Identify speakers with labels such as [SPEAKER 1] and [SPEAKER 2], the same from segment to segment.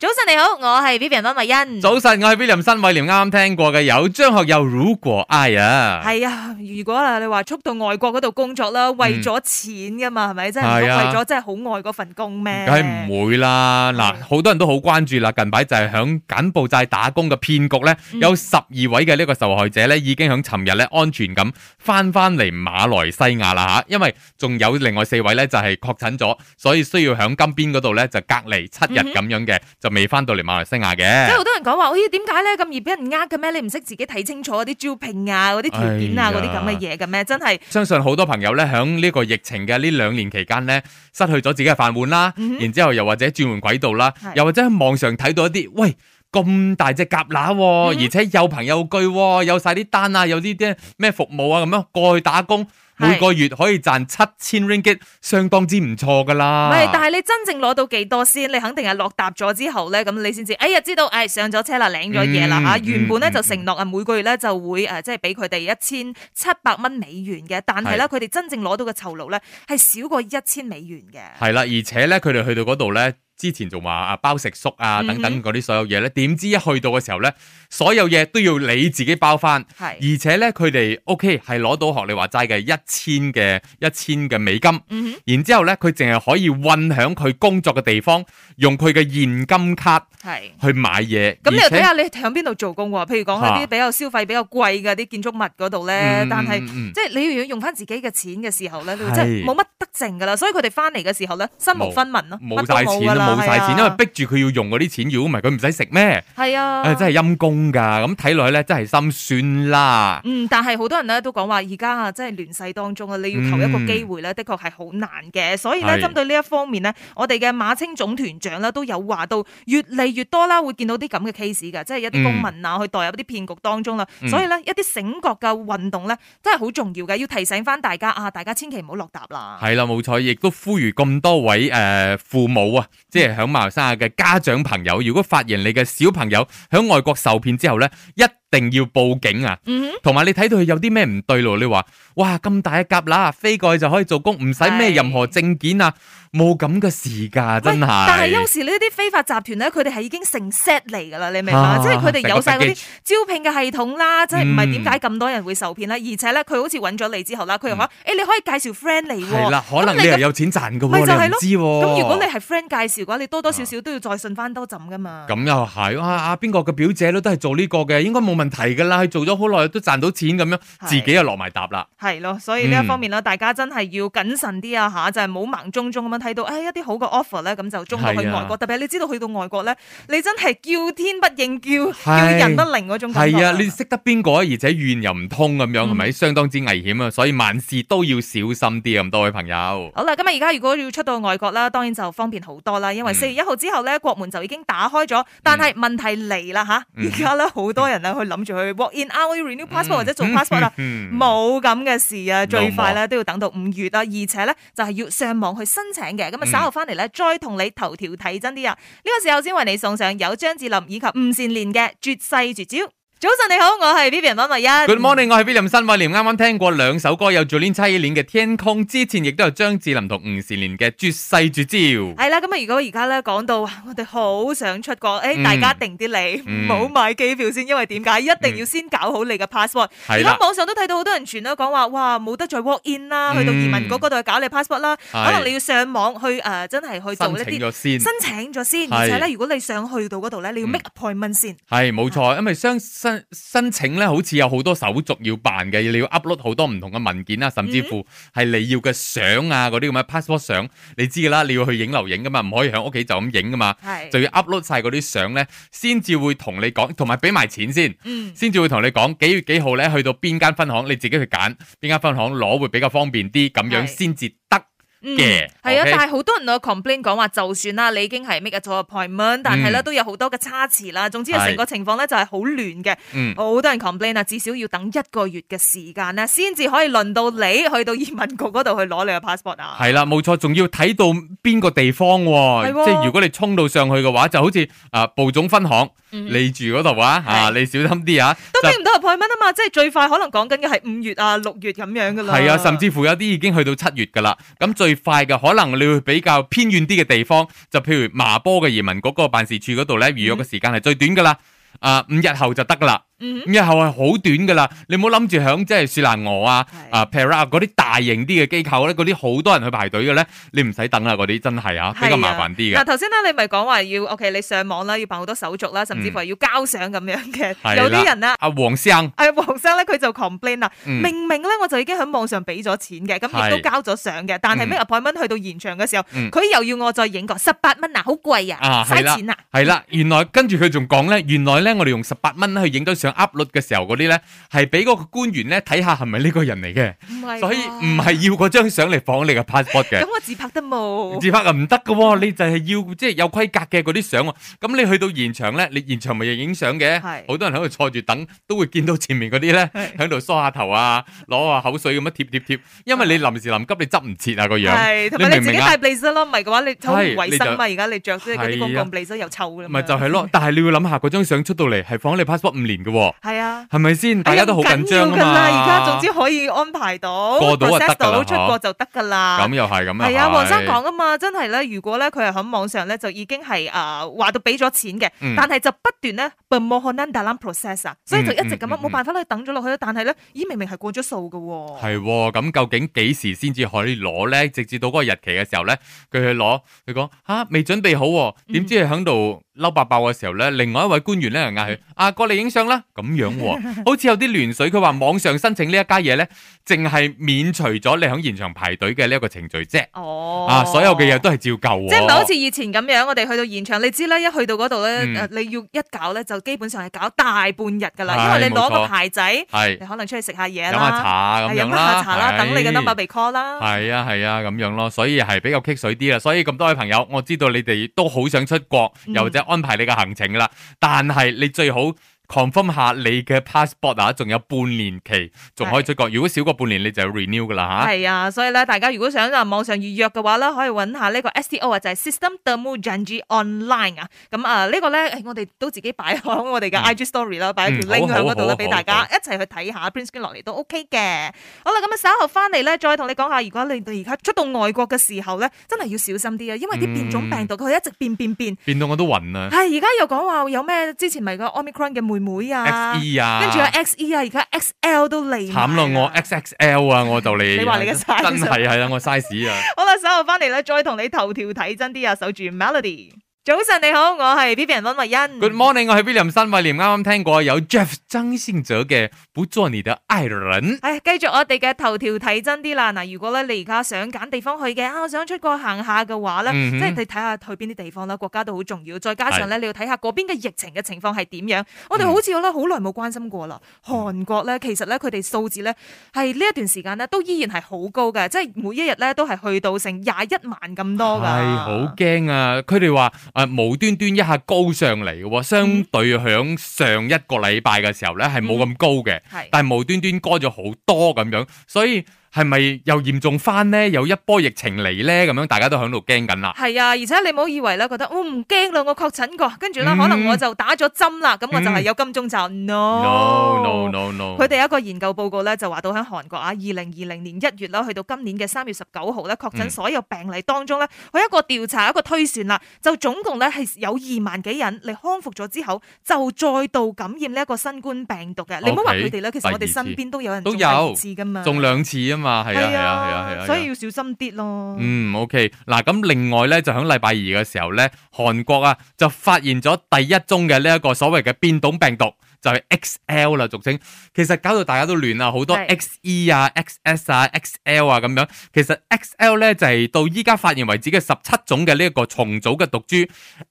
[SPEAKER 1] 早晨你好，我係 Vivian 温慧欣。
[SPEAKER 2] 早晨，我係 William 新偉廉，啱啱聽過嘅有張學友如果愛啊，
[SPEAKER 1] 係啊，如果啊你話速到外國嗰度工作啦，為咗錢噶嘛，係咪？真係唔
[SPEAKER 2] 嗯係啊
[SPEAKER 1] 通為咗真係好愛嗰份工咩？
[SPEAKER 2] 梗係唔會啦。嗱
[SPEAKER 1] 係，
[SPEAKER 2] 好多人都好關注啦，近排就係響柬埔寨打工嘅騙局咧，
[SPEAKER 1] 嗯
[SPEAKER 2] 有十二位嘅呢個受害者咧，已經響尋日咧安全咁翻翻嚟馬來西亞啦吓，因為仲有另外四位咧就係確診咗，所以需要響金邊嗰度咧就隔離七日
[SPEAKER 1] 嗯
[SPEAKER 2] 咁樣嘅，就未翻到嚟馬來西亞
[SPEAKER 1] 即係
[SPEAKER 2] 嘅。
[SPEAKER 1] 好多人講話，咦點解咧咁易俾人呃嘅咩？你唔識自己睇清楚嗰啲招聘啊、嗰啲條件啊、
[SPEAKER 2] 哎呀
[SPEAKER 1] 嗰啲咁嘅嘢嘅咩？真係
[SPEAKER 2] 相信好多朋友咧，響呢個疫情嘅呢兩年期間咧，失去咗自己嘅飯碗啦，
[SPEAKER 1] 嗯哼
[SPEAKER 2] 然之後又或者轉換軌道啦
[SPEAKER 1] 係，
[SPEAKER 2] 又或者喺網上睇到一啲喂咁大隻蛤乸喎，
[SPEAKER 1] 嗯哼
[SPEAKER 2] 而且有憑有據喎，有晒啲單啊，有啲啲咩服務啊咁樣過去打工，
[SPEAKER 1] 係
[SPEAKER 2] 每個月可以賺七千 ringgit，相當之唔錯噶
[SPEAKER 1] 唔
[SPEAKER 2] 啦。
[SPEAKER 1] 係？但係你真正攞到幾多先？你肯定係落搭咗之後咧，咁你先至哎呀知道，哎上咗車啦，領咗嘢啦
[SPEAKER 2] 嗯
[SPEAKER 1] 嚇。
[SPEAKER 2] 嗯
[SPEAKER 1] 原本咧
[SPEAKER 2] 嗯
[SPEAKER 1] 就承諾啊每個月咧就會呃誒即係俾佢哋一千七百蚊美元嘅，但係咧佢哋真正攞到嘅酬勞咧係少過一千美元嘅。
[SPEAKER 2] 係啦，而且咧，佢哋去到嗰度咧，之前仲話啊包食宿啊
[SPEAKER 1] 嗯哼
[SPEAKER 2] 等等嗰啲所有嘢咧，點知一去到嘅時候咧，所有嘢都要你自己包翻，
[SPEAKER 1] 係
[SPEAKER 2] 而且咧佢哋 OK 係攞到學你話齋嘅一千嘅一千嘅美金，
[SPEAKER 1] 嗯哼
[SPEAKER 2] 然之後咧佢淨係可以混響佢工作嘅地方，用佢嘅現金卡
[SPEAKER 1] 係。
[SPEAKER 2] 去買嘢，
[SPEAKER 1] 咁你又
[SPEAKER 2] 而且
[SPEAKER 1] 睇下你喺邊度做工喎？譬如講喺啲
[SPEAKER 2] 嚇
[SPEAKER 1] 比較消費比較貴嘅啲建築物嗰度咧，
[SPEAKER 2] 嗯
[SPEAKER 1] 但係
[SPEAKER 2] 嗯嗯
[SPEAKER 1] 即係你要用翻自己嘅錢嘅時候咧，你
[SPEAKER 2] 係
[SPEAKER 1] 真係冇乜得剩噶啦。所以佢哋翻嚟嘅時候咧，身無分文咯，
[SPEAKER 2] 冇晒錢啦，
[SPEAKER 1] 啊
[SPEAKER 2] 冇晒錢，因為逼住佢要用嗰啲錢，如果唔係佢唔使食咩，
[SPEAKER 1] 逼係啊，
[SPEAKER 2] 誒真係陰公㗎，咁睇落去咧真係心酸啦。
[SPEAKER 1] 嗯，但係好多人咧都講話，而家啊，即係亂世當中啊，你要求一個機會咧，的確係好難嘅。所以咧，
[SPEAKER 2] 嗯係
[SPEAKER 1] 針對呢一方面呢，我哋嘅馬青總團長咧都有話到，越嚟越多啦，會見到啲咁嘅 case 㗎，即係一啲公民啊，去代入啲騙局當中啦。
[SPEAKER 2] 嗯
[SPEAKER 1] 所以咧，一啲醒覺嘅運動咧，真係好重要嘅，要提醒翻大家啊，大家千祈唔好落搭啦。
[SPEAKER 2] 係啦，冇錯，亦都呼籲咁多位誒、呃父母啊，即係響馬來西亞嘅家長朋友，如果發現你嘅小朋友響外國受騙之後呢，一定要報警啊！
[SPEAKER 1] 嗯哼
[SPEAKER 2] 同埋你睇到佢有啲咩唔對路，你話哇咁大一夾啦，飛過去就可以做工，唔使咩
[SPEAKER 1] 係
[SPEAKER 2] 任何證件啊，冇咁嘅事㗎，
[SPEAKER 1] 喂
[SPEAKER 2] 真係。
[SPEAKER 1] 但係有時呢啲非法集團咧，佢哋係已經成 set 嚟㗎啦，你明嘛？
[SPEAKER 2] 啊
[SPEAKER 1] 即係佢哋有晒嗰
[SPEAKER 2] 成個
[SPEAKER 1] 啲
[SPEAKER 2] package
[SPEAKER 1] 招聘嘅系統啦，即係唔係
[SPEAKER 2] 嗯
[SPEAKER 1] 點解咁多人會受騙啦？而且咧，佢好似揾咗你之後啦，佢又話：誒，你可以介紹 friend 嚟
[SPEAKER 2] 嗯係
[SPEAKER 1] 喎。
[SPEAKER 2] 啦，可能
[SPEAKER 1] 咁你
[SPEAKER 2] 你又
[SPEAKER 1] 嘅
[SPEAKER 2] 有錢賺㗎
[SPEAKER 1] 咪就係
[SPEAKER 2] 喎，你唔知喎。
[SPEAKER 1] 咁如果你係 friend 介紹嘅話，你多多少少都要再信翻多陣㗎嘛。
[SPEAKER 2] 咁又係啊！啊邊個嘅表姐咧都係做呢個嘅，應該冇問題㗎啦。佢做咗好耐都賺到錢咁樣，
[SPEAKER 1] 係
[SPEAKER 2] 自己又落埋搭啦。
[SPEAKER 1] 係咯，所以呢一方面咧，大家真係要謹慎啲啊吓，就係唔好盲中中咁樣睇到，誒一啲好嘅 offer 咧，咁就中到去
[SPEAKER 2] 係啊
[SPEAKER 1] 外國。特別係你知道去到外國咧，你真係叫天不應，叫叫
[SPEAKER 2] 係
[SPEAKER 1] 人不靈嗰種感覺。嗯
[SPEAKER 2] 係啊，你識得邊個啊？而且語言又唔通咁樣，係咪、相當之危險啊？所以萬事都要小心啲啊咁多位朋友。
[SPEAKER 1] 好啦，咁啊，而家如果要出到外國啦，當然就方便好多啦，因為
[SPEAKER 2] 嗯
[SPEAKER 1] 四月一號之後咧，國門就已經打開咗，但係問題嚟啦吓，而
[SPEAKER 2] 嗯
[SPEAKER 1] 家咧好多人啊咧去諗住去 walk in out renew passport 或者做 passport 啦。
[SPEAKER 2] 嗯
[SPEAKER 1] 冇咁嘅事啊！最快
[SPEAKER 2] 冇
[SPEAKER 1] 咧都要等到五月啦，而且咧就係要上網去申請嘅。咁
[SPEAKER 2] 嗯
[SPEAKER 1] 啊，稍後翻嚟咧再同你頭條睇真啲啊！呢個時候先為你送上有張智霖以及吳善蓮嘅絕世絕招。早晨你好，我係 Vivian 温慧欣。
[SPEAKER 2] Good morning，我係 William 新偉廉，啱啱聽過兩首歌，有 Julian 蔡依林嘅《天空》，之前亦都有張智霖同吳善蓮嘅《絕世絕招》。
[SPEAKER 1] 系啦，咁啊，如果而家咧講到哇我哋好想出國，诶、
[SPEAKER 2] 嗯
[SPEAKER 1] 大家定啲嚟，唔
[SPEAKER 2] 嗯
[SPEAKER 1] 好買機票先，因為點解？一定要先搞好你嘅 passport。而
[SPEAKER 2] 係
[SPEAKER 1] 家
[SPEAKER 2] 啦，
[SPEAKER 1] 網上都睇到好多人傳啦，講話哇冇得再 walk in 啦，
[SPEAKER 2] 嗯
[SPEAKER 1] 去到移民局嗰度去搞你 passport 啦，
[SPEAKER 2] 係
[SPEAKER 1] 可能你要上網去诶、呃真係去做
[SPEAKER 2] 申
[SPEAKER 1] 一
[SPEAKER 2] 請
[SPEAKER 1] 啲
[SPEAKER 2] 咗先。
[SPEAKER 1] 申請咗先，
[SPEAKER 2] 係
[SPEAKER 1] 而且咧，如果你想去到嗰度咧，你要
[SPEAKER 2] 嗯
[SPEAKER 1] make appointment 先。
[SPEAKER 2] 係
[SPEAKER 1] 嗯
[SPEAKER 2] 冇錯，因為申申申請咧，好似有好多手續要辦嘅，你要 upload 好多唔同嘅文件啊，甚至
[SPEAKER 1] 嗯
[SPEAKER 2] 乎係你要嘅相啊，嗰啲咁嘅 passport 相，你知噶啦，你要去影樓影噶嘛，唔可以喺屋企就咁影噶嘛，就
[SPEAKER 1] 係，
[SPEAKER 2] 要 upload 晒嗰啲相咧，先至會同你講，同埋俾埋錢先，
[SPEAKER 1] 嗯，
[SPEAKER 2] 先至會同你講幾月幾號咧去到邊間分行，你自己去揀邊間分行攞會比較方便啲，咁
[SPEAKER 1] 係
[SPEAKER 2] 樣先至得。
[SPEAKER 1] 嗯
[SPEAKER 2] 嘅
[SPEAKER 1] 係啊，
[SPEAKER 2] OK
[SPEAKER 1] 但係好多人啊 complain 講話，就算啦，你已經係 make 咗 appointment，但係咧
[SPEAKER 2] 嗯
[SPEAKER 1] 都有好多嘅差池啦。總之啊，
[SPEAKER 2] 係
[SPEAKER 1] 成個情況咧就係好亂嘅。
[SPEAKER 2] 嗯，
[SPEAKER 1] 好多人 complain 啊，至少要等一個月嘅時間咧，先至可以輪到你去到移民局嗰度去攞你嘅 passport 啊。
[SPEAKER 2] 係啦，冇錯，仲要睇到邊個地方喎、
[SPEAKER 1] 係喎
[SPEAKER 2] 即係如果你衝到上去嘅話，就好似啊、呃、部總分行。
[SPEAKER 1] 嗯
[SPEAKER 2] 你住嗰度啊，吓
[SPEAKER 1] 係
[SPEAKER 2] 你小心啲啊，
[SPEAKER 1] 都
[SPEAKER 2] 就
[SPEAKER 1] 俾唔到 appointment 啊嘛，即係最快可能講緊嘅係五月啊、六月咁樣噶啦。
[SPEAKER 2] 係啊，甚至乎有啲已經去到七月㗎啦。咁最快嘅可能你會比較偏遠啲嘅地方，就譬如麻坡嘅移民局嗰個辦事處嗰度咧，預約嘅時間係最短㗎啦。啊，五日後就得㗎啦，
[SPEAKER 1] 嗯
[SPEAKER 2] 五日後係好短㗎啦。你唔好諗住響即係雪蘭莪啊、
[SPEAKER 1] 係
[SPEAKER 2] 啊 Para 嗰啲大型啲嘅機構咧，嗰啲好多人去排隊嘅咧，你唔使等啦，嗰啲真係啊，比較麻煩啲
[SPEAKER 1] 嗱，
[SPEAKER 2] 嘅。
[SPEAKER 1] 頭先咧，你咪講話要 OK，你上網啦，要辦好多手續啦，甚至乎係要交相咁樣嘅。
[SPEAKER 2] 嗯係啦
[SPEAKER 1] 有啲人啦，
[SPEAKER 2] 阿黃生，
[SPEAKER 1] 誒黃生咧，佢就 complain 啦，
[SPEAKER 2] 嗯
[SPEAKER 1] 明明咧我就已經喺網上俾咗錢嘅，咁亦都
[SPEAKER 2] 係
[SPEAKER 1] 交咗相嘅，但係
[SPEAKER 2] 嗯
[SPEAKER 1] 咩 appointment 去到現場嘅時候，
[SPEAKER 2] 嗯
[SPEAKER 1] 佢又要我再影個十八蚊啊，好貴啊，
[SPEAKER 2] 啊係啦
[SPEAKER 1] 嘥錢啊！
[SPEAKER 2] 係啦，原來跟住佢仲講咧，原來咧我哋用十八蚊去影張相 upload 嘅時候嗰啲咧，係俾嗰個官員咧睇下係咪呢個人嚟嘅。
[SPEAKER 1] 唔係，啊
[SPEAKER 2] 所以唔係。要嗰張相嚟仿你嘅 passport 嘅
[SPEAKER 1] 咁。我自拍得冇，
[SPEAKER 2] 自拍啊唔得嘅喎，你就係要即係有規格嘅嗰啲相喎。咁你去到現場咧，你現場咪又影相嘅，
[SPEAKER 1] 係
[SPEAKER 2] 好多人喺度坐住等，都會見到前面嗰啲咧
[SPEAKER 1] 係
[SPEAKER 2] 喺度梳下頭啊，攞下口水咁樣貼貼貼。因為你臨時臨急，你執唔切啊個樣，
[SPEAKER 1] 係同埋你自
[SPEAKER 2] 你明唔
[SPEAKER 1] 己
[SPEAKER 2] 明啊
[SPEAKER 1] 戴 blazer 咯，唔係嘅話你好唔
[SPEAKER 2] 係
[SPEAKER 1] 衞生啊嘛。而家你着即係嗰啲
[SPEAKER 2] 係
[SPEAKER 1] 公
[SPEAKER 2] 啊
[SPEAKER 1] 共 blazer 又臭啦嘛。
[SPEAKER 2] 咪就係咯。但係你要諗下嗰張相出到嚟係仿你 passport 五年嘅喎，
[SPEAKER 1] 係啊。哎
[SPEAKER 2] 係咪先？大家都好緊張
[SPEAKER 1] 㗎
[SPEAKER 2] 啊
[SPEAKER 1] 啦，而家
[SPEAKER 2] 嘛。
[SPEAKER 1] 總之可以安排到，
[SPEAKER 2] 過到就得
[SPEAKER 1] process
[SPEAKER 2] 㗎啦
[SPEAKER 1] 到出
[SPEAKER 2] 嗬
[SPEAKER 1] 國就得㗎啦。
[SPEAKER 2] 咁又係咁啊。
[SPEAKER 1] 係啊，黃生
[SPEAKER 2] 係
[SPEAKER 1] 講啊嘛，真係咧，如果咧佢係喺網上咧就已經係啊話到俾咗錢嘅，
[SPEAKER 2] 嗯
[SPEAKER 1] 但係就不斷咧 b e m o h a n a n d a l a m process 啊，所以就一直咁樣
[SPEAKER 2] 嗯嗯嗯
[SPEAKER 1] 冇辦法咧等咗落去啦。但係咧，咦明明係過咗數㗎喎，
[SPEAKER 2] 係喎，咁究竟幾時先至可以攞呢？直至到嗰個日期嘅時候呢，佢去攞，佢講吓未準備好、喎，
[SPEAKER 1] 嗯
[SPEAKER 2] 點知佢喺度嬲爆爆嘅時候呢，另外一位官員呢，又嗌佢啊過嚟影相啦，咁樣 喎、好似有啲亂水。佢話網上申請呢一家嘢呢，淨係免除咗你喺現場排隊嘅呢一個程序啫。
[SPEAKER 1] 哦，
[SPEAKER 2] 啊，所有嘅嘢。都係照舊喎、
[SPEAKER 1] 即係唔係好似以前咁樣，我哋去到現場，你知啦，一去到嗰度咧，
[SPEAKER 2] 嗯
[SPEAKER 1] 誒你要一搞咧，就基本上係搞大半日㗎啦，
[SPEAKER 2] 係
[SPEAKER 1] 因為你攞個
[SPEAKER 2] 冇錯
[SPEAKER 1] 牌仔，
[SPEAKER 2] 係
[SPEAKER 1] 你可能出去食下嘢
[SPEAKER 2] 飲下
[SPEAKER 1] 啦，
[SPEAKER 2] 茶咁
[SPEAKER 1] 係
[SPEAKER 2] 樣
[SPEAKER 1] 飲下
[SPEAKER 2] 啦，
[SPEAKER 1] 茶啦，等你嘅
[SPEAKER 2] 係
[SPEAKER 1] number 被 call 啦。
[SPEAKER 2] 係啊係啊咁樣咯，所以係比較棘水啲啦。啊所以咁多位朋友，我知道你哋都好想出國，
[SPEAKER 1] 嗯
[SPEAKER 2] 又或者安排你嘅行程啦。但係你最好 confirm 下你嘅 passport 啊，仲有半年期，仲可以出國。如果少過半年，你就要 renew 噶啦吓。
[SPEAKER 1] 係啊，所以咧，大家如果想啊網上預約嘅話咧，可以揾下呢個 STO 啊，就係 System Demo j a n g i Online 啊。咁啊，呢個咧，誒我哋都自己擺喺我哋嘅
[SPEAKER 2] 嗯
[SPEAKER 1] IG Story 啦，擺一條
[SPEAKER 2] 嗯
[SPEAKER 1] link 喺
[SPEAKER 2] 好好
[SPEAKER 1] 嗰度咧，
[SPEAKER 2] 好
[SPEAKER 1] 俾大家
[SPEAKER 2] 好啊
[SPEAKER 1] 一齊去睇下 print screen 落嚟都 OK 嘅。好啦，咁啊稍後翻嚟咧，再同你講下，如果你哋而家出到外國嘅時候咧，真係要小心啲啊，因為啲變種病毒佢一直變變變。
[SPEAKER 2] 變到我都暈啊
[SPEAKER 1] 係而家又講話有咩之前咪個 Omicron 嘅妹妹啊，
[SPEAKER 2] ，XE 啊，
[SPEAKER 1] 跟住有 XE 啊，而家 XL 都嚟埋啊
[SPEAKER 2] 慘咯，我 XXL 啊，我就嚟，
[SPEAKER 1] 你話你嘅 size 嗯
[SPEAKER 2] 真係係啊，我 size 啊。
[SPEAKER 1] 好啦，稍後翻嚟咧，再同你頭條睇真啲啊，守住 Melody。早晨你好，我係 B B 人温慧欣。
[SPEAKER 2] Good morning，我係 William 新偉廉，啱啱聽過有 Jeff 曾信哲嘅《不做你的愛人》。
[SPEAKER 1] 唉，繼續我哋嘅頭條睇真啲啦。嗱，如果咧你而家想揀地方去嘅，啊，我想出國行下嘅話咧，
[SPEAKER 2] 嗯
[SPEAKER 1] 即係
[SPEAKER 2] 哼
[SPEAKER 1] 你睇下去邊啲地方啦，國家都好重要。再加上咧，你要睇下嗰邊嘅疫情嘅情況係
[SPEAKER 2] 嗯
[SPEAKER 1] 點樣。我哋好似咧好耐冇關心過啦。韓國咧，其實咧佢哋數字咧係呢一段時間咧都依然係好高嘅，即係每一日咧都係去到成廿一萬咁多㗎。
[SPEAKER 2] 係好驚啊！佢哋話誒無端端一下高上嚟嘅喎，相對響上一個禮拜嘅時候咧係冇咁高嘅，
[SPEAKER 1] 係。
[SPEAKER 2] 但係無端端高咗好多咁樣，所以係咪又嚴重翻呢？有一波疫情嚟呢？咁樣大家都響度驚緊啦。
[SPEAKER 1] 係啊，而且你唔好以為咧，覺得我唔驚啦，我確診過，跟住咧可能
[SPEAKER 2] 嗯
[SPEAKER 1] 我就打咗針啦，咁我就係有金鐘罩。No
[SPEAKER 2] No no no no！
[SPEAKER 1] 佢哋有一個研究報告咧，就話到喺韓國啊，二零二零年一月啦，去到今年嘅三月十九號咧，確診
[SPEAKER 2] 嗯
[SPEAKER 1] 所有病例當中咧，佢一個調查一個推算啦，就總共咧係有二萬幾人嚟康復咗之後，就再度感染呢一個新冠病毒嘅。你唔好話佢
[SPEAKER 2] OK，
[SPEAKER 1] 哋咧，其實我哋身邊都有人
[SPEAKER 2] 都有
[SPEAKER 1] 中第二次噶嘛，
[SPEAKER 2] 中兩次啊嘛，係啊係啊係啊係啊，
[SPEAKER 1] 所以要小心啲咯。
[SPEAKER 2] 嗯，OK，嗱，咁另外咧就喺禮拜二嘅時候咧，韓國啊就發現咗第一宗嘅呢一個所謂嘅變種病毒，就係 XL 啦，俗稱。其實搞到大家都亂啊，好多
[SPEAKER 1] 係
[SPEAKER 2] XE 啊、XS 啊、XL 啊咁樣。其實 XL 咧就係、到依家發現為止嘅十七種嘅呢一個重組嘅毒株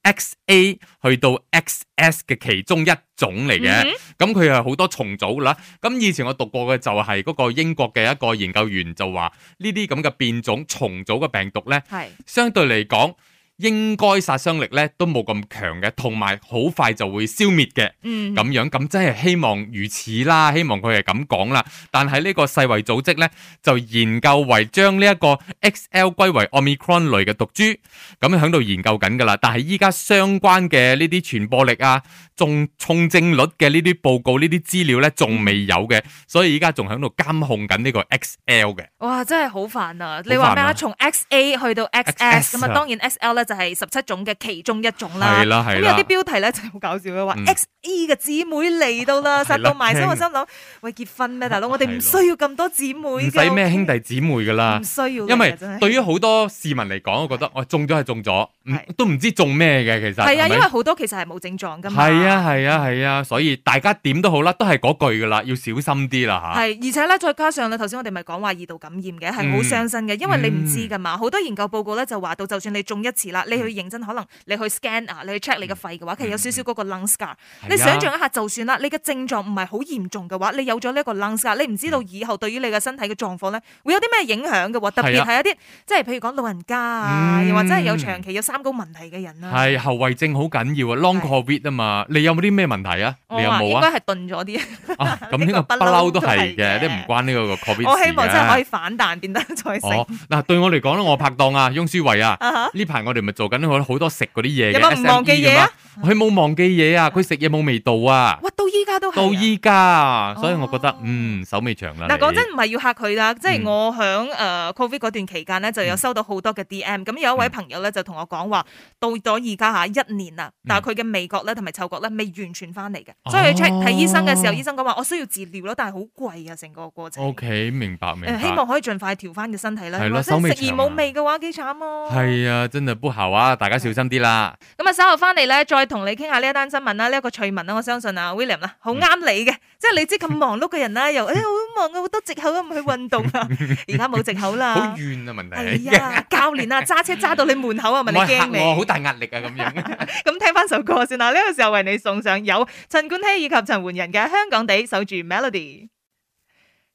[SPEAKER 2] ，XA 去到 XS 嘅其中一種嚟嘅。咁佢係好多重組㗎啦。咁以前我讀過嘅就係嗰個英國嘅一個研究員就話，呢啲咁嘅變種重組嘅病毒咧，
[SPEAKER 1] 係
[SPEAKER 2] 相對嚟講應該殺傷力咧都冇咁強嘅，同埋好快就會消滅嘅。
[SPEAKER 1] 嗯，
[SPEAKER 2] 咁樣咁真係希望如此啦，希望佢係咁講啦。但係呢個世衛組織呢，就研究為將呢一個 XL 歸為 Omicron 類嘅毒株，咁喺度研究緊㗎啦。但係依家相關嘅呢啲傳播力啊、重重症率嘅呢啲報告、呢啲資料呢，仲未有嘅，所以依家仲喺度監控緊呢個 XL 嘅。
[SPEAKER 1] 哇，真係好煩啊！你話咩啊？
[SPEAKER 2] 好煩啊
[SPEAKER 1] 從 XA 去到 XS，
[SPEAKER 2] XS
[SPEAKER 1] 咁啊，當然 XL 咧就係十七種嘅其中一種啦。
[SPEAKER 2] 係啦
[SPEAKER 1] 咁
[SPEAKER 2] 係
[SPEAKER 1] 有
[SPEAKER 2] 啦
[SPEAKER 1] 啲，標題咧就好搞笑嘅啊話
[SPEAKER 2] 嗯
[SPEAKER 1] ，XE 嘅姊妹嚟到啦，殺到埋身，
[SPEAKER 2] 聽
[SPEAKER 1] 我心諗喂結婚咩大佬？我哋唔
[SPEAKER 2] 係咯
[SPEAKER 1] 需要咁多姊妹
[SPEAKER 2] 唔
[SPEAKER 1] 㗎，
[SPEAKER 2] 使咩兄弟姊妹㗎啦
[SPEAKER 1] 唔。需要㗎，
[SPEAKER 2] 因為
[SPEAKER 1] 真係
[SPEAKER 2] 對於好多市民嚟講，我覺得我哦中咗係中咗，唔
[SPEAKER 1] 係
[SPEAKER 2] 都唔知中咩嘅其實。
[SPEAKER 1] 係啊，
[SPEAKER 2] 係
[SPEAKER 1] 因
[SPEAKER 2] 咪
[SPEAKER 1] 為好多其實係冇症狀噶嘛。
[SPEAKER 2] 係啊，係啊，係啊，所以大家點都好啦，都係嗰句噶啦，要小心啲啦吓。
[SPEAKER 1] 係，而且咧，再加上咧，頭先我哋咪講話二度感染嘅，係好
[SPEAKER 2] 嗯
[SPEAKER 1] 傷身嘅，因為你唔知
[SPEAKER 2] 嗯
[SPEAKER 1] 噶嘛。好多研究報告咧就話到，就算你中一次啦，你去認真可能你去 scan 啊，你去 check 你
[SPEAKER 2] 嗯
[SPEAKER 1] 嘅肺嘅話，其實有少少嗰個 lung scar。你
[SPEAKER 2] 係啊
[SPEAKER 1] 想象一下，就算啦，你嘅症狀唔係好嚴重嘅話，你有咗呢一個 lung scar，你唔知
[SPEAKER 2] 嗯
[SPEAKER 1] 道以後對於你嘅身體嘅狀況咧，會有啲咩影響嘅喎。特別
[SPEAKER 2] 係啊
[SPEAKER 1] 係一啲即係譬如講老人家啊，
[SPEAKER 2] 嗯
[SPEAKER 1] 又或者係有長期有三高問題嘅人啊啦。
[SPEAKER 2] 係後遺症好緊要啊，long covid 啊嘛，你有冇啲咩問題啊？
[SPEAKER 1] 我
[SPEAKER 2] 你有
[SPEAKER 1] 話
[SPEAKER 2] 冇
[SPEAKER 1] 應
[SPEAKER 2] 啊？
[SPEAKER 1] 該係鈍咗啲，
[SPEAKER 2] 啊，咁
[SPEAKER 1] 呢
[SPEAKER 2] 呢
[SPEAKER 1] 個
[SPEAKER 2] 個
[SPEAKER 1] 不
[SPEAKER 2] 不
[SPEAKER 1] 嬲
[SPEAKER 2] 嬲都
[SPEAKER 1] 都係
[SPEAKER 2] 係
[SPEAKER 1] 嘅
[SPEAKER 2] 嘅，都唔關呢個個 covid 事
[SPEAKER 1] 我希望真係可以
[SPEAKER 2] 嘅。
[SPEAKER 1] 反彈變得再醒。
[SPEAKER 2] 哦，嗱，對我嚟講咧，我拍檔啊，翁舒慧啊，
[SPEAKER 1] 啊哈
[SPEAKER 2] 呢排我哋咪做緊好好多食嗰啲嘢
[SPEAKER 1] 有
[SPEAKER 2] 嘅
[SPEAKER 1] 冇唔忘記
[SPEAKER 2] SME
[SPEAKER 1] 嘢
[SPEAKER 2] 咁
[SPEAKER 1] 啊
[SPEAKER 2] 啊，佢冇忘記嘢啊，佢食嘢冇味道啊，
[SPEAKER 1] 哇，到依家都係
[SPEAKER 2] 到
[SPEAKER 1] 啊
[SPEAKER 2] 依家啊，所以我覺
[SPEAKER 1] 哦
[SPEAKER 2] 得嗯手尾長啦。
[SPEAKER 1] 嗱，講
[SPEAKER 2] 你
[SPEAKER 1] 真唔係要嚇佢啦，即係
[SPEAKER 2] 嗯
[SPEAKER 1] 我響誒 Covid 嗰段期間咧，就有收到好多嘅 DM。咁有一位
[SPEAKER 2] 嗯
[SPEAKER 1] 朋友咧就同我講話，到咗而家嚇一年啦，
[SPEAKER 2] 嗯
[SPEAKER 1] 但係佢嘅味覺咧同埋嗅覺咧未完全翻嚟嘅，所以去 check 睇醫生嘅時候，
[SPEAKER 2] 哦
[SPEAKER 1] 醫生講話我需要治療咯，但係好貴啊，成個過程。
[SPEAKER 2] O K，明白明
[SPEAKER 1] 誒
[SPEAKER 2] 白。
[SPEAKER 1] 希望可以盡快調翻嘅身體啦。
[SPEAKER 2] 係咯
[SPEAKER 1] 如果真係
[SPEAKER 2] 手尾
[SPEAKER 1] 食而
[SPEAKER 2] 長
[SPEAKER 1] 冇
[SPEAKER 2] 啊
[SPEAKER 1] 味嘅話，幾慘咯。
[SPEAKER 2] 係啊，真係不姣啊！大家小心啲啦。
[SPEAKER 1] 咁啊，稍後翻嚟咧，再同你傾下呢一單新聞啦，呢、一個趣聞啦，我相信啊 William 啦，好啱你嘅，即係你知咁忙碌嘅人啦，又誒好忙啊，好多藉口都唔去運動 啊，而家冇藉口啦
[SPEAKER 2] 好。怨啊，問題
[SPEAKER 1] 哎呀，教練啊，揸車揸到你門口啊，問你
[SPEAKER 2] 唔係 嚇
[SPEAKER 1] 驚
[SPEAKER 2] 我好
[SPEAKER 1] 未？
[SPEAKER 2] 大壓力啊，咁樣。
[SPEAKER 1] 咁聽翻首歌先啦，呢、個時候為你送上有陳冠希以及陳奐仁嘅《香港地守住 Melody》。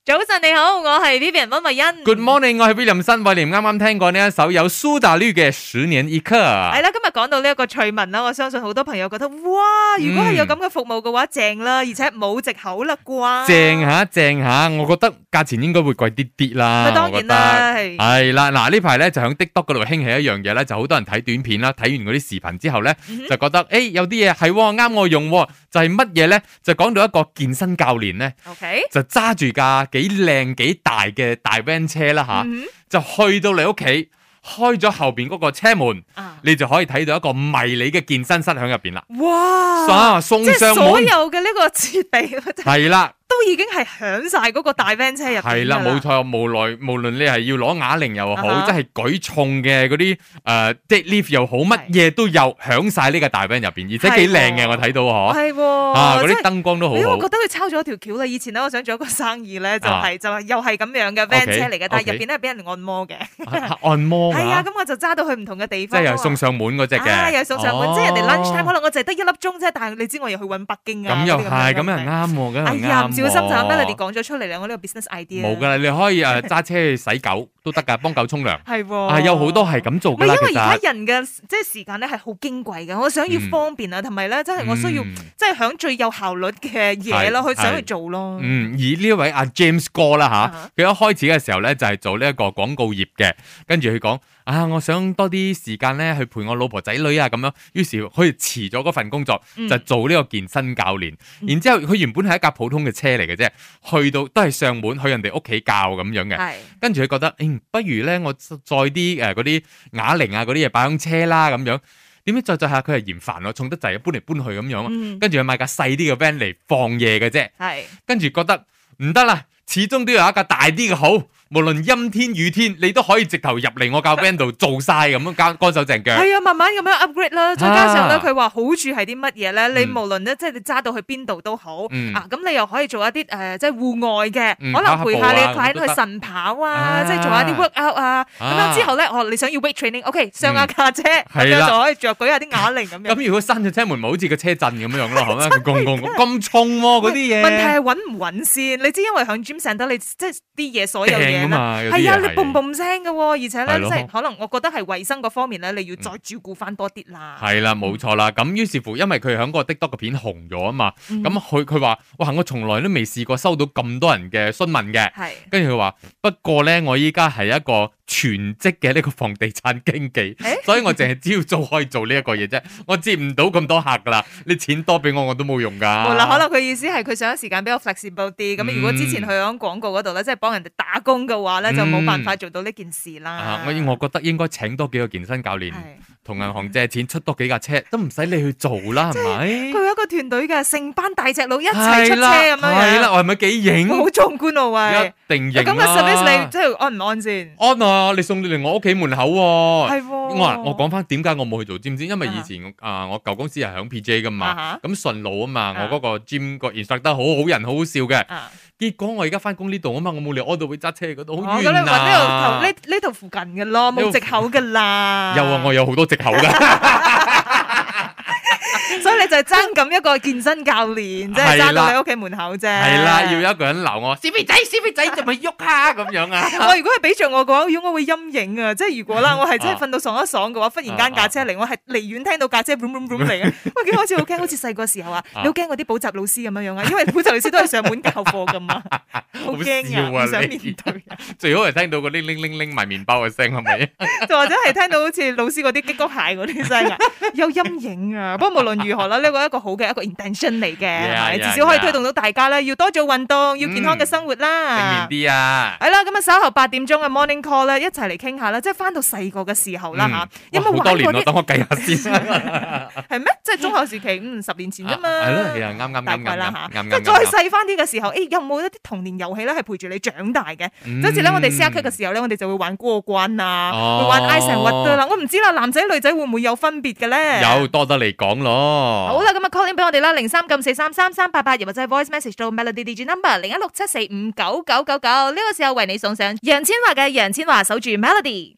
[SPEAKER 1] 早晨你好，我係 Vivian 温慧欣。
[SPEAKER 2] Good morning，我係 William 新偉廉，啱啱聽過呢一首有蘇打綠嘅《十年一刻》。
[SPEAKER 1] 系啦，今日講到呢一個趣聞啦，我相信好多朋友覺得
[SPEAKER 2] 嗯
[SPEAKER 1] 哇，如果係有咁嘅服務嘅話，正啦，而且冇藉口啦啩。
[SPEAKER 2] 正啊下正下，我覺得價錢應該會貴啲啲啦。
[SPEAKER 1] 咪當然啦
[SPEAKER 2] 我覺
[SPEAKER 1] 係
[SPEAKER 2] 得啊係啦，嗱呢排咧就喺 TikTok 嗰度興起一樣嘢咧，就好多人睇短片啦，睇完嗰啲視頻之後咧，
[SPEAKER 1] 嗯哼
[SPEAKER 2] 就覺得誒有啲嘢係喎啱我用喎，就係乜嘢咧？就講到一個健身教練咧。
[SPEAKER 1] OK，
[SPEAKER 2] 就揸住架幾靚幾大嘅大 van 車啦吓，
[SPEAKER 1] 嗯
[SPEAKER 2] 就去到你屋企，開咗後邊嗰個車門，
[SPEAKER 1] 啊，
[SPEAKER 2] 你就可以睇到一個迷你嘅健身室喺入邊啦。
[SPEAKER 1] 哇！
[SPEAKER 2] 啊，送
[SPEAKER 1] 即係
[SPEAKER 2] 上
[SPEAKER 1] 所
[SPEAKER 2] 門
[SPEAKER 1] 有嘅呢個設備
[SPEAKER 2] 係啦，
[SPEAKER 1] 都已經係響晒嗰個大 van 車入邊
[SPEAKER 2] 係啦，冇錯。無奈無論你係要攞啞鈴又
[SPEAKER 1] 啊
[SPEAKER 2] 好，
[SPEAKER 1] 哈
[SPEAKER 2] 即係舉重嘅嗰啲誒 deadlift 又好，乜嘢都有響晒呢個大 van 入邊，而且幾靚
[SPEAKER 1] 係喎
[SPEAKER 2] 嘅，我睇到嗬，
[SPEAKER 1] 係喎，
[SPEAKER 2] 啊嗰
[SPEAKER 1] 真
[SPEAKER 2] 啲
[SPEAKER 1] 係
[SPEAKER 2] 燈光都好
[SPEAKER 1] 因為
[SPEAKER 2] 好
[SPEAKER 1] 我 覺。得佢抄咗一條橋啦，以前咧我想做一個生意咧，就係就係又係咁樣嘅 van
[SPEAKER 2] 啊 OK，
[SPEAKER 1] 車嚟嘅，但係入
[SPEAKER 2] OK
[SPEAKER 1] 邊咧係俾人按摩嘅，
[SPEAKER 2] 按摩
[SPEAKER 1] 係啊，
[SPEAKER 2] 啊，
[SPEAKER 1] 咁我就揸到去唔同嘅地
[SPEAKER 2] 即
[SPEAKER 1] 方啊
[SPEAKER 2] 係
[SPEAKER 1] 嘛。
[SPEAKER 2] 又送上門嗰只
[SPEAKER 1] 啊，
[SPEAKER 2] 嘅，
[SPEAKER 1] 又送上門，即係人哋
[SPEAKER 2] 哦
[SPEAKER 1] lunch time 可能我就係得一粒鐘啫，但係你知我又去揾北京啊，
[SPEAKER 2] 咁又
[SPEAKER 1] 嗰啲
[SPEAKER 2] 係，咁
[SPEAKER 1] 樣
[SPEAKER 2] 又
[SPEAKER 1] 嘅。
[SPEAKER 2] 啱喎，咁又啱喎。
[SPEAKER 1] 哎呀，唔小心就俾你哋講咗出嚟啦，我呢個 business idea
[SPEAKER 2] 冇噶啦，你可以誒揸車去洗狗都得噶，幫狗沖涼。
[SPEAKER 1] 係喎，
[SPEAKER 2] 啊，有好多係。咁做
[SPEAKER 1] 唔
[SPEAKER 2] 噶
[SPEAKER 1] 係
[SPEAKER 2] 啦，
[SPEAKER 1] 因
[SPEAKER 2] 其
[SPEAKER 1] 為而
[SPEAKER 2] 實。
[SPEAKER 1] 家人嘅即係時間咧係好矜貴嘅，我想要
[SPEAKER 2] 嗯
[SPEAKER 1] 方便啊，同埋咧真係我需要
[SPEAKER 2] 嗯
[SPEAKER 1] 即係響最有效率嘅嘢咯，
[SPEAKER 2] 係
[SPEAKER 1] 去想
[SPEAKER 2] 係
[SPEAKER 1] 去做咯。
[SPEAKER 2] 嗯，而呢位阿 James 哥啦
[SPEAKER 1] 啊
[SPEAKER 2] 吓，佢一開始嘅時候咧就係做呢一個廣告業嘅，跟住佢講啊，我想多啲時間咧去陪我老婆仔女啊咁樣，於是佢辭咗嗰份工作，
[SPEAKER 1] 嗯
[SPEAKER 2] 就做呢個健身教練。
[SPEAKER 1] 嗯
[SPEAKER 2] 然之後佢原本係一架普通嘅車嚟嘅啫，去到都係上門去人哋屋企教咁樣嘅。
[SPEAKER 1] 係
[SPEAKER 2] 跟住佢覺得，嗯，不如咧，我再啲誒嗰啲啞鈴啊嗰啲嘢擺響車啦咁樣。點知再再下佢係嫌煩咯，重得滯，搬嚟搬去咁樣。
[SPEAKER 1] 嗯
[SPEAKER 2] 跟住佢買架細啲嘅 van 嚟放嘢嘅啫。
[SPEAKER 1] 係
[SPEAKER 2] 跟住覺得唔得啦，始終都要有一架大啲嘅好。無論陰天雨天，你都可以直頭入嚟我 架 van 度做晒咁樣，乾乾手淨腳。
[SPEAKER 1] 係啊，慢慢咁樣 upgrade 啦，再加上咧
[SPEAKER 2] 啊
[SPEAKER 1] 佢話好處係啲乜嘢咧？你
[SPEAKER 2] 嗯
[SPEAKER 1] 無論咧即係你揸到去邊度都好
[SPEAKER 2] 嗯
[SPEAKER 1] 啊，咁你又可以做一啲誒即係戶外嘅，
[SPEAKER 2] 嗯
[SPEAKER 1] 可能陪下你嘅
[SPEAKER 2] 跑下
[SPEAKER 1] client
[SPEAKER 2] 步啊
[SPEAKER 1] 去晨跑啊，
[SPEAKER 2] 啊
[SPEAKER 1] 即係做下啲 workout 啊。咁樣
[SPEAKER 2] 啊嗯
[SPEAKER 1] 之後咧，哦你想要 weight training，OK 上下架車咁
[SPEAKER 2] 係
[SPEAKER 1] 樣
[SPEAKER 2] 啦
[SPEAKER 1] 就可以着舉下啲啞鈴咁樣。
[SPEAKER 2] 咁如果閂咗車門，咪好 似個車震咁樣咯，係咪？咁咁咁重喎嗰啲嘢。
[SPEAKER 1] 問題係穩唔穩先？你知因為響 gym Kim Center 你即係啲嘢 所有
[SPEAKER 2] 掟啊
[SPEAKER 1] 嘢啦。
[SPEAKER 2] 嘛，有
[SPEAKER 1] 係
[SPEAKER 2] 啲
[SPEAKER 1] 啊，
[SPEAKER 2] 嘢
[SPEAKER 1] 你
[SPEAKER 2] 係
[SPEAKER 1] 嘣嘣聲嘅喎，而且
[SPEAKER 2] 係
[SPEAKER 1] 咧
[SPEAKER 2] 咯嗯
[SPEAKER 1] 即係可能我覺得係衞生嗰方面咧，你要再照顧翻多啲啦。
[SPEAKER 2] 係啦，冇錯啦。咁於是乎，因為佢喺個 TikTok 嘅片紅咗啊嘛，
[SPEAKER 1] 嗯
[SPEAKER 2] 咁佢佢話：哇！我從來都未試過收到咁多人嘅詢問嘅。
[SPEAKER 1] 係
[SPEAKER 2] 跟住佢話：不過咧，我依家係一個全職嘅呢個房地產經紀，
[SPEAKER 1] 誒
[SPEAKER 2] 所以我淨係只要做可以做呢一個嘢啫，我接唔到咁多客噶啦。你錢多俾我，我都冇用噶。
[SPEAKER 1] 冇啦，可能佢意思係佢想時間比較 flexible 啲，咁
[SPEAKER 2] 嗯
[SPEAKER 1] 如果之前佢喺廣告嗰度咧，即係幫人哋打工嘅話咧，就冇辦法做到呢件事啦
[SPEAKER 2] 啊，。我我覺得應該請多幾個健身教練，
[SPEAKER 1] 係
[SPEAKER 2] 同銀行借錢出多幾架車，都唔使你去做啦，係咪？
[SPEAKER 1] 佢有一個團隊嘅，成班大隻佬一齊出
[SPEAKER 2] 係
[SPEAKER 1] 車
[SPEAKER 2] 啦，
[SPEAKER 1] 咁樣
[SPEAKER 2] 係啦，
[SPEAKER 1] 樣，
[SPEAKER 2] 我係咪幾型？
[SPEAKER 1] 哇好壯觀喎喂！
[SPEAKER 2] 一定
[SPEAKER 1] 咁
[SPEAKER 2] 型
[SPEAKER 1] 嘅 service 你
[SPEAKER 2] 啦！
[SPEAKER 1] 即係安唔安先？
[SPEAKER 2] 安啊，你送你嚟我屋企門口喎。
[SPEAKER 1] 係喎，
[SPEAKER 2] 我話我講翻點解我冇去做 gym 先，因為
[SPEAKER 1] 啊
[SPEAKER 2] 以前我啊我舊公司係響 PJ 噶嘛。
[SPEAKER 1] 啊
[SPEAKER 2] 咁順路啊嘛，
[SPEAKER 1] 啊
[SPEAKER 2] 我嗰個 gym 個 instructor 好好人，好好笑嘅。
[SPEAKER 1] 嚇啊！
[SPEAKER 2] 結果我而家翻工呢度啊嘛，我冇理由屙到會揸車去嗰度，好
[SPEAKER 1] 哦咁
[SPEAKER 2] 遠
[SPEAKER 1] 你揾呢
[SPEAKER 2] 啊！
[SPEAKER 1] 度頭呢呢度附近嘅咯，冇藉口嘅啦。
[SPEAKER 2] 有啊，我有好多藉口 噶，
[SPEAKER 1] 所以你就係爭咁一個健身教練，即係
[SPEAKER 2] 係啦
[SPEAKER 1] 爭到你屋企門口啫。
[SPEAKER 2] 係啦，要有一個人鬧我，小肥仔，小肥仔，做咪喐下咁樣啊！
[SPEAKER 1] 我如果係俾着我嘅話，如果我會陰影啊！即係如果 啦，我係真係瞓到爽一爽嘅話，忽然
[SPEAKER 2] 啊
[SPEAKER 1] 間架車嚟，我係離遠聽到架車 boom boom boom 嚟 嘅，我幾開始好驚，好似細個時候啊，你
[SPEAKER 2] 啊
[SPEAKER 1] 好驚嗰啲補習老師咁樣樣啊，因為補習老師都係上門教課噶 嘛，好
[SPEAKER 2] 笑
[SPEAKER 1] 驚
[SPEAKER 2] 啊
[SPEAKER 1] 啊，唔想
[SPEAKER 2] 你
[SPEAKER 1] 面 對啊，
[SPEAKER 2] 最好係聽到個鈴鈴鈴鈴賣麵包嘅聲，係咪？
[SPEAKER 1] 就或者係聽到好似老師嗰啲激光鞋嗰啲聲 啊，有陰影啊。不過無論如何啦，呢個一個好嘅一個 intention 嚟嘅，係咪
[SPEAKER 2] Yeah, yeah,
[SPEAKER 1] 至少可以
[SPEAKER 2] yeah.
[SPEAKER 1] 推動到大家咧，要多做運動，要健康嘅
[SPEAKER 2] 嗯
[SPEAKER 1] 生活
[SPEAKER 2] 正
[SPEAKER 1] 啦
[SPEAKER 2] 面。啲啊！
[SPEAKER 1] 系啦，咁啊稍後八點鐘嘅 morning call 咧，一齊嚟傾下啦，即係翻到細個嘅時候啦吓
[SPEAKER 2] 嗯，
[SPEAKER 1] 有冇
[SPEAKER 2] 哇好
[SPEAKER 1] 玩
[SPEAKER 2] 多
[SPEAKER 1] 過
[SPEAKER 2] 年咯，
[SPEAKER 1] 啲
[SPEAKER 2] 等我計下先。
[SPEAKER 1] 係咩？即係中學時期，嗯，十年前啫嘛，
[SPEAKER 2] 係咯，係啊，啱啱
[SPEAKER 1] 大
[SPEAKER 2] 啱
[SPEAKER 1] 概啦吓
[SPEAKER 2] 啱啱，啱
[SPEAKER 1] 即
[SPEAKER 2] 啱
[SPEAKER 1] 係再細翻啲嘅時候，誒，有冇一啲童年遊戲咧係陪住你長大嘅？就好似咧，我哋 C R 嘅時候咧，我哋就會玩過關啊，
[SPEAKER 2] 嗯哦
[SPEAKER 1] 會玩 ice and water 啦。我唔知啦，男仔女仔會唔會有分別嘅咧？
[SPEAKER 2] 有多得嚟講咯。
[SPEAKER 1] 好啦，咁啊 call in 俾我哋啦，零三九四三三三八八，又或者係 voice message 到 melody D G number 零一六七四五九九九九。呢個時候為你送上楊千嬅嘅楊千嬅守住 melody。